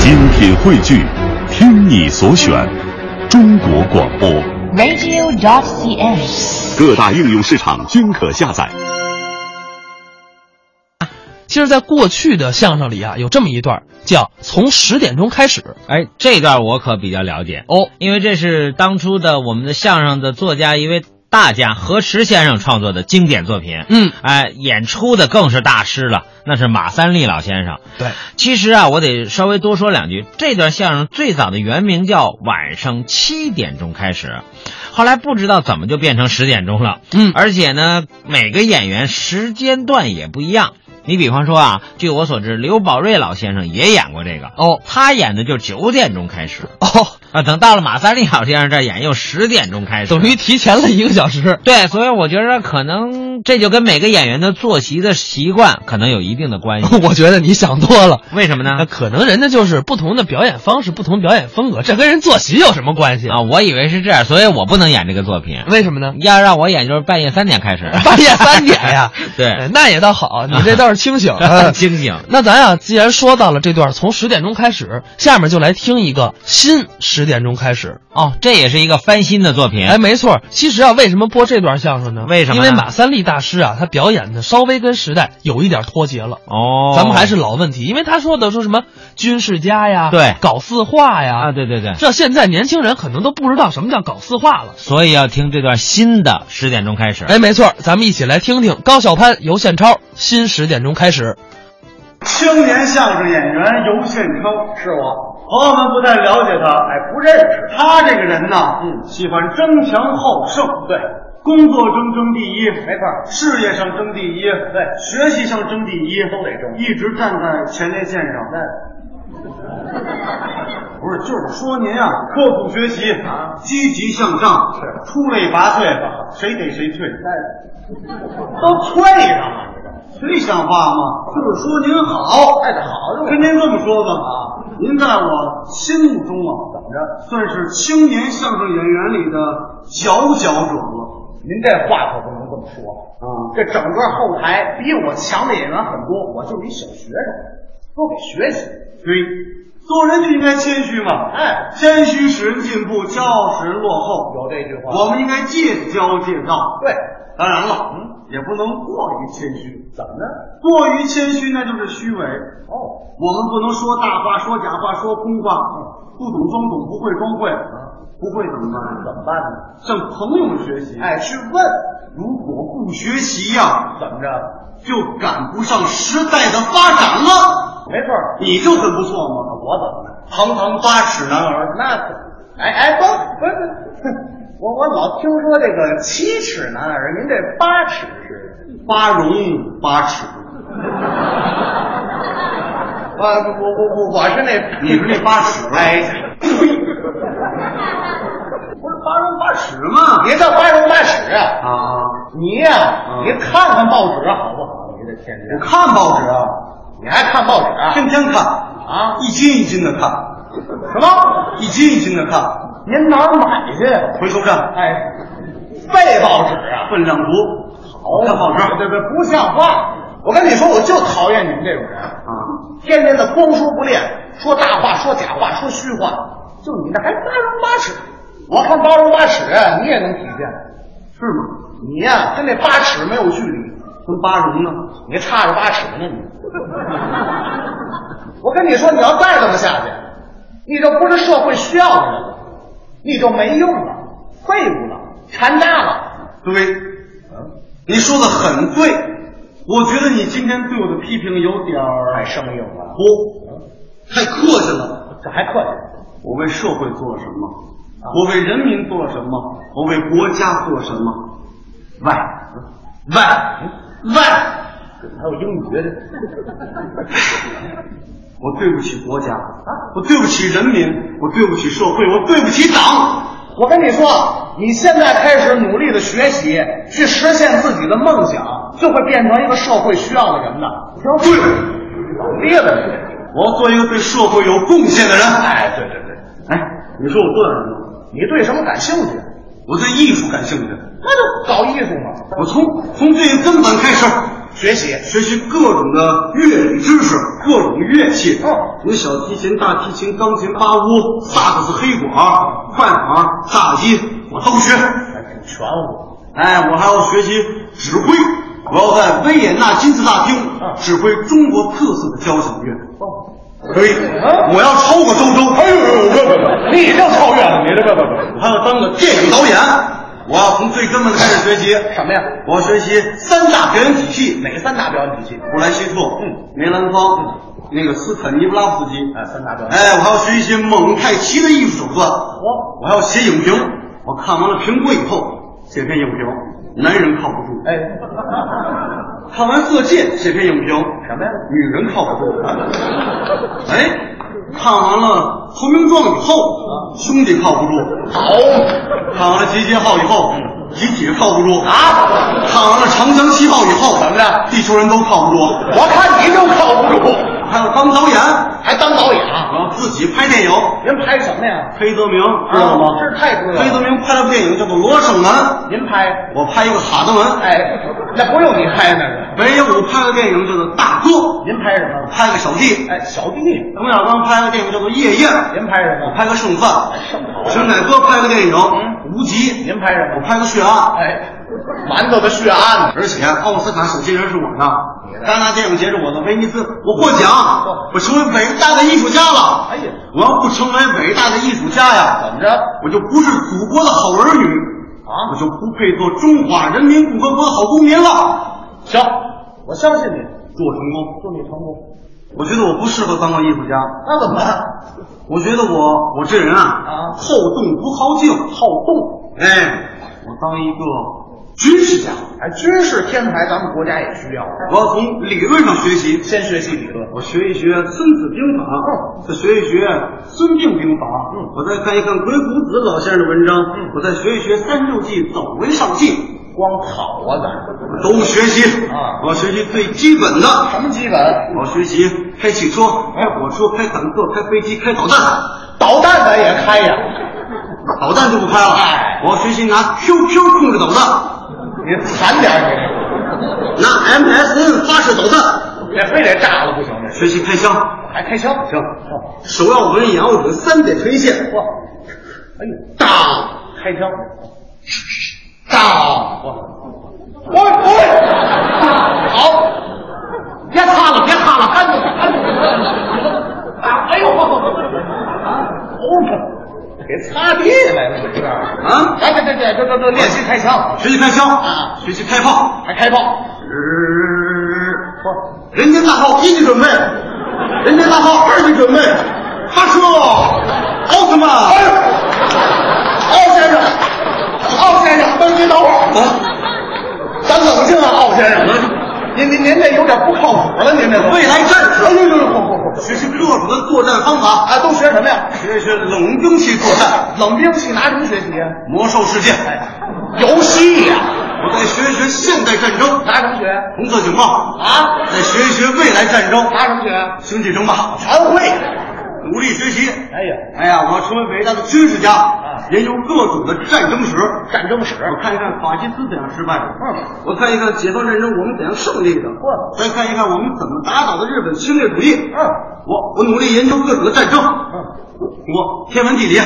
精品汇聚，听你所选，中国广播。 radio.cn。各大应用市场均可下载。其实，在过去的相声里啊，有这么一段叫“从十点钟开始哎，这段我可比较了解哦，因为这是当初的我们的相声的作家一位大家何池先生创作的经典作品。嗯哎，演出的更是大师了，那是马三立老先生。”，对，其实啊，我得稍微多说两句。这段相声最早的原名叫《晚上七点钟开始》，后来不知道怎么就变成十点钟了。嗯而且呢，每个演员时间段也不一样。你比方说啊，据我所知，刘宝瑞老先生也演过这个哦，他演的就是九点钟开始哦，啊，等到了马三立老先生这儿演又十点钟开始，等于提前了一个小时。 对，所以我觉得可能这就跟每个演员的作息的习惯可能有一定的 关系。我觉得你想多了，为什么那呢？可能人家就是不同的表演方式、不同表演风格，这跟人作息有什么关系？啊，我以为是这样，所以我不能演这个作品。为什么呢？ 要让我演就是半夜三点开始。，半夜三点呀 对。哎那也倒好，你这倒是清醒 嗯清 醒那咱啊，既然说到了这段从十点钟开始，下面就来听一个新十点钟开始。哦，这也是一个翻新的作品。哎，没错。其实啊，为什么播这段相声呢？为什么因呢为马三立大师啊，他表演的稍微跟时代有一点脱节了。哦，咱们还是老问题，因为他说的说什么军事家呀，对搞四化呀，啊，对对对，这现在年轻人可能都不知道什么叫搞四化了。所以要听这段新的十点钟开始。哎，没错，咱们一起来听听高晓攀、尤宪超新十点钟开始。青年相声演员尤宪超是我。朋友们不但了解他，哎，不认识他这个人呐，嗯，喜欢争强好胜，对，工作中争第一，没错，事业上争第一，对，学习上争第一，都得争，一直站在前列腺上。 不是，就是说您啊，刻苦学习啊，积极向上，是出类拔萃，谁给谁退，都退上了。这像话吗？就是说您好，哎，好，跟您这么说吧，啊，您在我心目中啊，怎么着，算是青年相声演员里的佼佼者了。您这话可不能这么说啊这整个后台比我强的演员很多，我就是一小学生，多给学习。对，做人就应该谦虚嘛，哎，谦虚使人进步，骄傲使人落后。有这句话，我们应该戒骄戒躁。对，当然了，嗯，也不能过于谦虚。怎么呢？过于谦虚那就是虚伪。哦，我们不能说大话、说假话、说空话，嗯不懂装懂，不会装会，不会怎么办？怎么办呢？向朋友们学习。哎，，去问如果不学习呀、怎么着？就赶不上时代的发展了。没错儿，你就很不错嘛，我怎么了？堂堂八尺男儿，那可，哎哎，不不是，哼我我老听说这个七尺男儿，您这八尺是？八荣八耻。啊，不不不不，我是那你是那八尺，哎，不是八荣八耻吗？别叫八荣八尺啊！啊，你呀、嗯你看看报纸好不好？你这天天，我看报纸啊，你还看报纸啊？天天看啊一斤一斤的看，什么？一斤一斤的看，您哪儿买去？回收站哎，废报纸啊！分量足，好看报纸对对，不像话！我跟你说，我就讨厌你们这种人，啊，天天的光说不练，说大话，说假话，说虚话。就你那还哎八荣八耻，我看八荣八耻啊，你也能体现。是吗？你呀、跟那八尺没有距离，跟八荣呢？你差着八尺呢你。我跟你说，你要再这么下去，你就不是社会需要的人了，你就没用了，废物了，残渣了。对，嗯你说的很对，我觉得你今天对我的批评有点太儿生硬了，嗯不，太客气了。这还客气？啊我为社会做了什么？我为人民做了什么？我为国家做了什么？喂，喂，喂！还有英语的，我对不起国家，我对不起人民，我对不起社会，我对不起党。我跟你说，你现在开始努力的学习，去实现自己的梦想，就会变成一个社会需要的人的。对，老厉害了！我要做一个对社会有贡献的人。哎，对对对，哎，你说我做点什么？你对什么感兴趣？我对艺术感兴趣，那就搞艺术嘛。我从从最根本开始。学习。学习各种的乐理知识，各种乐器，嗯从小提琴、大提琴、钢琴、巴乌、萨克斯、黑管、快板、萨克斯，我都学。挺全乎。哎，我还要学习指挥，我要在维也纳金字塔厅嗯指挥中国特色的交响乐。可以，我要超过周周。哎呦呦呦，哎不不不，你这超越了，你这不不我还要当个电影导演。我要从最根本开始学习。不，什么呀？我要学习三大表演体系：哪三大表演体系？布莱希特、嗯、梅兰芳、那个斯坦尼布拉夫斯基。哎，三大表演。哎，我还要学一些蒙太奇的艺术手段。嚯我还要写影评。我看完了评估以后，写篇影评。男人靠不住。哎， 看完《色戒》写篇影评。什么呀？女人靠不住。哎，看完了《投名状》以后，兄弟靠不住。啊好，嗯看完了《集结号》以后，集体靠不住啊！看完了《长江七号》以后，怎么着地球人都靠不住。我看你就靠不住，还要当导演，还当导演啊？我要自己拍电影。您拍什么呀？啊黑泽明知道吗？这太多了黑泽明拍了部电影叫做《罗生门》，您拍？我拍一个哈德门。哎，那不用你拍那个，北野武拍个电影叫做《大哥》，您拍什么？拍个小弟。哎，小弟，您冯小刚拍个电影叫做《夜宴》，拍什我么？拍个剩饭。圣好，陈凯歌拍个电影《嗯无极》，您拍什我么？拍个血案。哎，馒头的血案而且奥斯卡首席人是我你的，的戛纳电影节是我的，威尼斯我获奖，我成为伟大的艺术家了。哦哎呀我要不成为伟大的艺术家怎呀，么着？我就不是祖国的好儿女啊我就不配做中华人民共和国的好公民了。行，我相信你，祝我成功！祝你成功。我觉得我不适合当个艺术家，那怎么办？我觉得我我这人啊啊好动不好静，好动，哎，我当一个军事家，哎，军事天才咱们国家也需要。我要从理论上学习，先学习理论，我学一学《孙子兵法》，再学一学《孙膑兵法》，嗯我再看一看鬼谷子老先生的文章，我再学一学《三六计》《走为上计》，光跑啊咱。我都学习啊我要学习最基本的，什么基本？哎我要学习开汽车、开火车、开坦克、开飞机、开导弹，导弹咱也开呀。导弹就不开了。哎我要学习拿 QQ 控制导弹，你惨点儿，拿 MSN 发射导弹，你这非得炸了不行，这学习开枪，还开枪？行，手要稳，眼要准，三点垂线，哇，哎呦，当开枪！当。我我好，别擦了，别擦了，干你干你！啊，哎呦，啊哦，给擦地来了，这是啊来来来来，这这这练习开枪，学习开枪，学习开炮，啊还开炮，呃人间大炮一级准备，人间大炮二级准备，发射，奥特曼，哎奥先生，奥先生，等您等啊会儿，咱冷静啊，奥先生，您您您这有点不靠谱了，您这都未来战哎士，呦呦呦，不不不，学习各种的作战方法，啊，都学什么呀？学学冷兵器作战，冷兵器拿什么学习啊？哎魔兽世界，游戏呀、我再学学现代战争，拿什么学？红色警报，啊，再学一学未来战争，拿什么学？星际争霸，全会。努力学习。哎呀，啊哎呀，我要成为伟大的军事家，研究各种的战争史。战争史，我看一看法西斯怎样失败的，嗯，我看一看解放战争我们怎样胜利的，嗯再看一看我们怎么打倒的日本侵略主义。嗯，我我努力研究各种的战争，我天文地理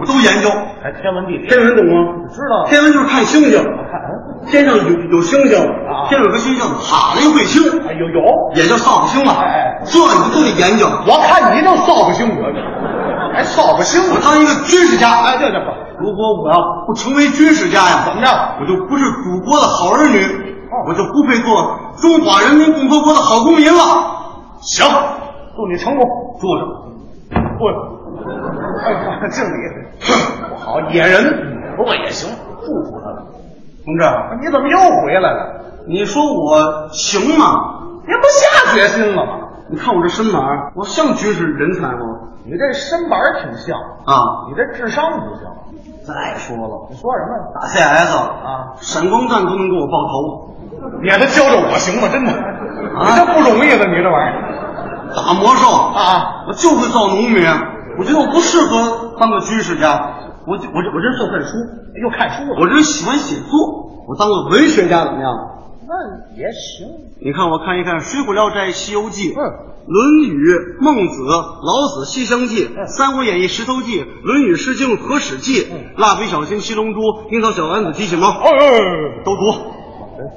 我都研究。还嗯哎天文地理，天文懂吗？知道天文就是看星星， 天上有有星星，啊天上有个星星塔雷彗星，哎有有，也叫扫把星嘛哎哎。这你都得研究。我看你就扫不清我这， 还扫不清我我当一个军事家，哎，对对对，如果我要不成为军事家呀，怎么着？哦我就不是祖国的好儿女，我就不配做中华人民共和国的好公民了。行，祝你成功，坐着。不，哎，敬 礼，不好，野人，不过也行，祝福他了。同志，你怎么又回来了？你说我行吗？您不下决心了吗？你看我这身板儿，我像军事人才吗？你这身板儿挺像，啊！你这智商不像。再说了，你说什么呀？打 CS 啊，闪光弹都能给我爆头，啊你让他教教我行吗？真的，你这不容易的，你这玩意儿打魔兽，啊！我就会造农民。我觉得我不适合当个军事家，我就我就我这是看书。又看书了，我这人喜欢写作，我当个文学家怎么样？那也行。你看，我看一看《水浒聊斋》《西游记》嗯论语》《孟子》《老子》《西厢记》嗯三国演义》《石头记》《论语》《诗经》《和史记》嗯蜡笔小新》《七龙珠》《樱桃小丸子》《机器猫》哎都读，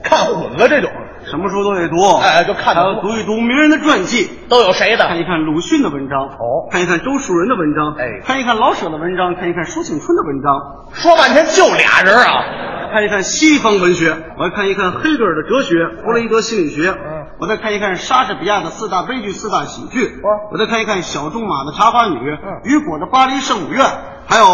看混了这种，什么书都得读。哎哎就看还得要多读一读名人的传记，都有谁看一的？看鲁迅的文章，哦看一看周树人的文章，哎看一看老舍的文章，看一看舒景春的文章，说半天就俩人啊！看一看西方文学，我还看一看黑格尔的哲学、弗洛伊德心理学，嗯我再看一看莎士比亚的四大悲剧、四大喜剧，我再看一看小仲马的《茶花女》，嗯雨果的《巴黎圣母院》，还有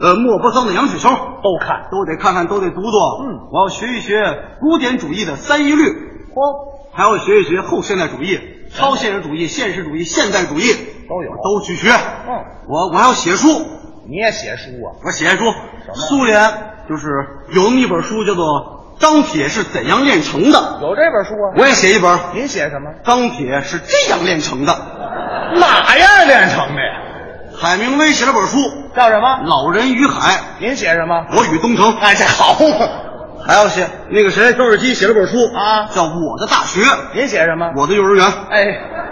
呃莫泊桑的《羊脂球》，都看。都得看看，都得读读。嗯，我要学一学古典主义的三一律。嚯，还要学一学后现代主义、超现实主义、现实主义、现代主义，嗯都有都去学。嗯嗯我我还要写书，你也写书啊？我写书。苏联就是有那么一本书叫做《钢铁是怎样炼成的有这本书啊》，？我也写一本《您写什么？钢铁是这样炼成的哪样练成的呀？》。海明威写了本书《叫什么？老人与海您写什么》，？我与东城。哎，这好嘛。还要写那个谁，周尔基写了本书啊叫《我的大学》，您写什么？我的幼儿园。哎，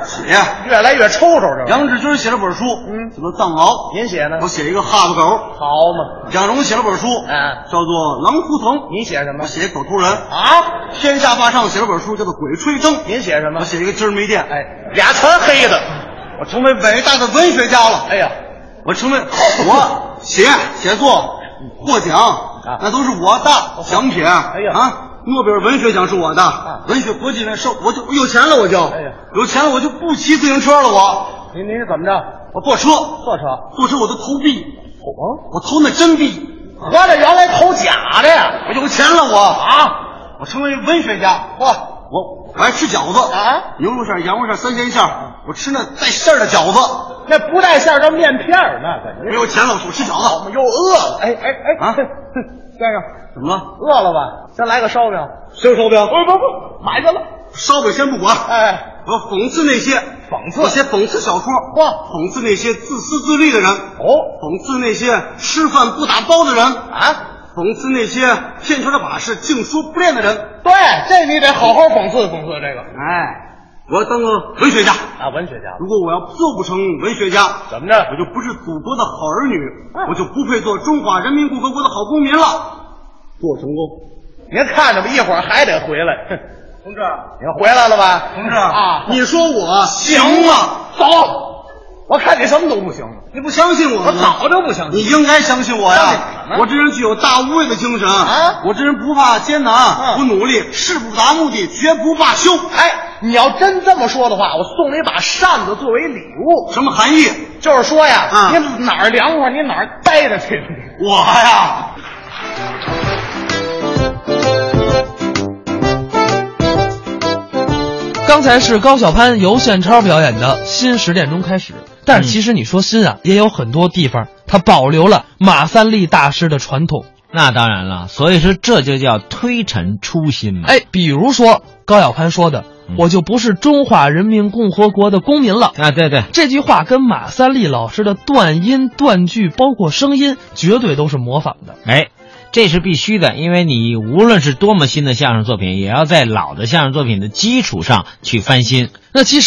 写。越来越抽抽这个。杨志军写了本书，嗯叫做《藏獒》。您写的我写一个哈巴狗。好嘛？蒋荣写了本书，嗯叫做《狼图腾》。您写什么我？写狗突然。啊？天下霸上写了本书，叫做《鬼吹灯》。您写什么我？写一个今儿没电。，哎，俩全黑的。我成为伟大的文学家了。哎呀，我成为我写写作获奖，那都是我的奖品。哎啊呀啊啊！诺贝尔文学奖是我的，文学国际人受我就我有钱了，我就哎呀有钱了，我就不骑自行车了，我您您是怎么着？我坐车，坐车？坐车我都投币，哦，我投那真币，合着原来投假的呀？我有钱了，我啊？我成为文学家，嚯，我我爱吃饺子啊，嗯牛肉馅儿、羊肉馅儿、三鲜馅儿，我吃那带馅儿的饺子。那不带馅儿的面片儿，那个没有钱了，我吃饺哎我子。们又饿了。哎哎哎啊哼哼先生，怎么了？饿了吧？先来个烧饼。谁有烧饼？不不不，买去了。烧饼先不管，哎，我讽刺那些讽刺我写讽刺小说，嚯讽刺那些自私自利的人，哦讽刺那些吃饭不打包的人，啊，讽刺那些骗钱的把式净说不练的人。对，这你得好好讽刺讽刺这个哎，我要当个文学家。啊，文学家如果我要做不成文学家，怎么着我？就不是祖国的好儿女，嗯我就不配做中华人民共和国的好公民了。做成功，您看着吧，一会儿还得回来。哼同志，您回来了吧，同志啊？你说我行吗？ 走，我看你什么都不行了，你不相信我我吗？早就不相信你应该相信我相信什呀！么我这人具有大无畏的精神啊我这人不怕艰难，嗯不努力，誓不达目的，绝不罢休。哎，你要真这么说的话，我送你把扇子作为礼物，什么含义？就是说呀，啊你哪儿凉快，你哪儿待着去。我呀， 刚才是高晓攀、尤宪超表演的《新十点钟开始》，但嗯是其实你说新啊，也有很多地方它保留了马三立大师的传统。那当然了，所以说这就叫推陈出新嘛。哎，比如说高晓攀说的嗯，我就不是中华人民共和国的公民了。啊，对对，这句话跟马三立老师的断音、断句，包括声音，绝对都是模仿的。哎，这是必须的，因为你无论是多么新的相声作品，也要在老的相声作品的基础上去翻新。那其实。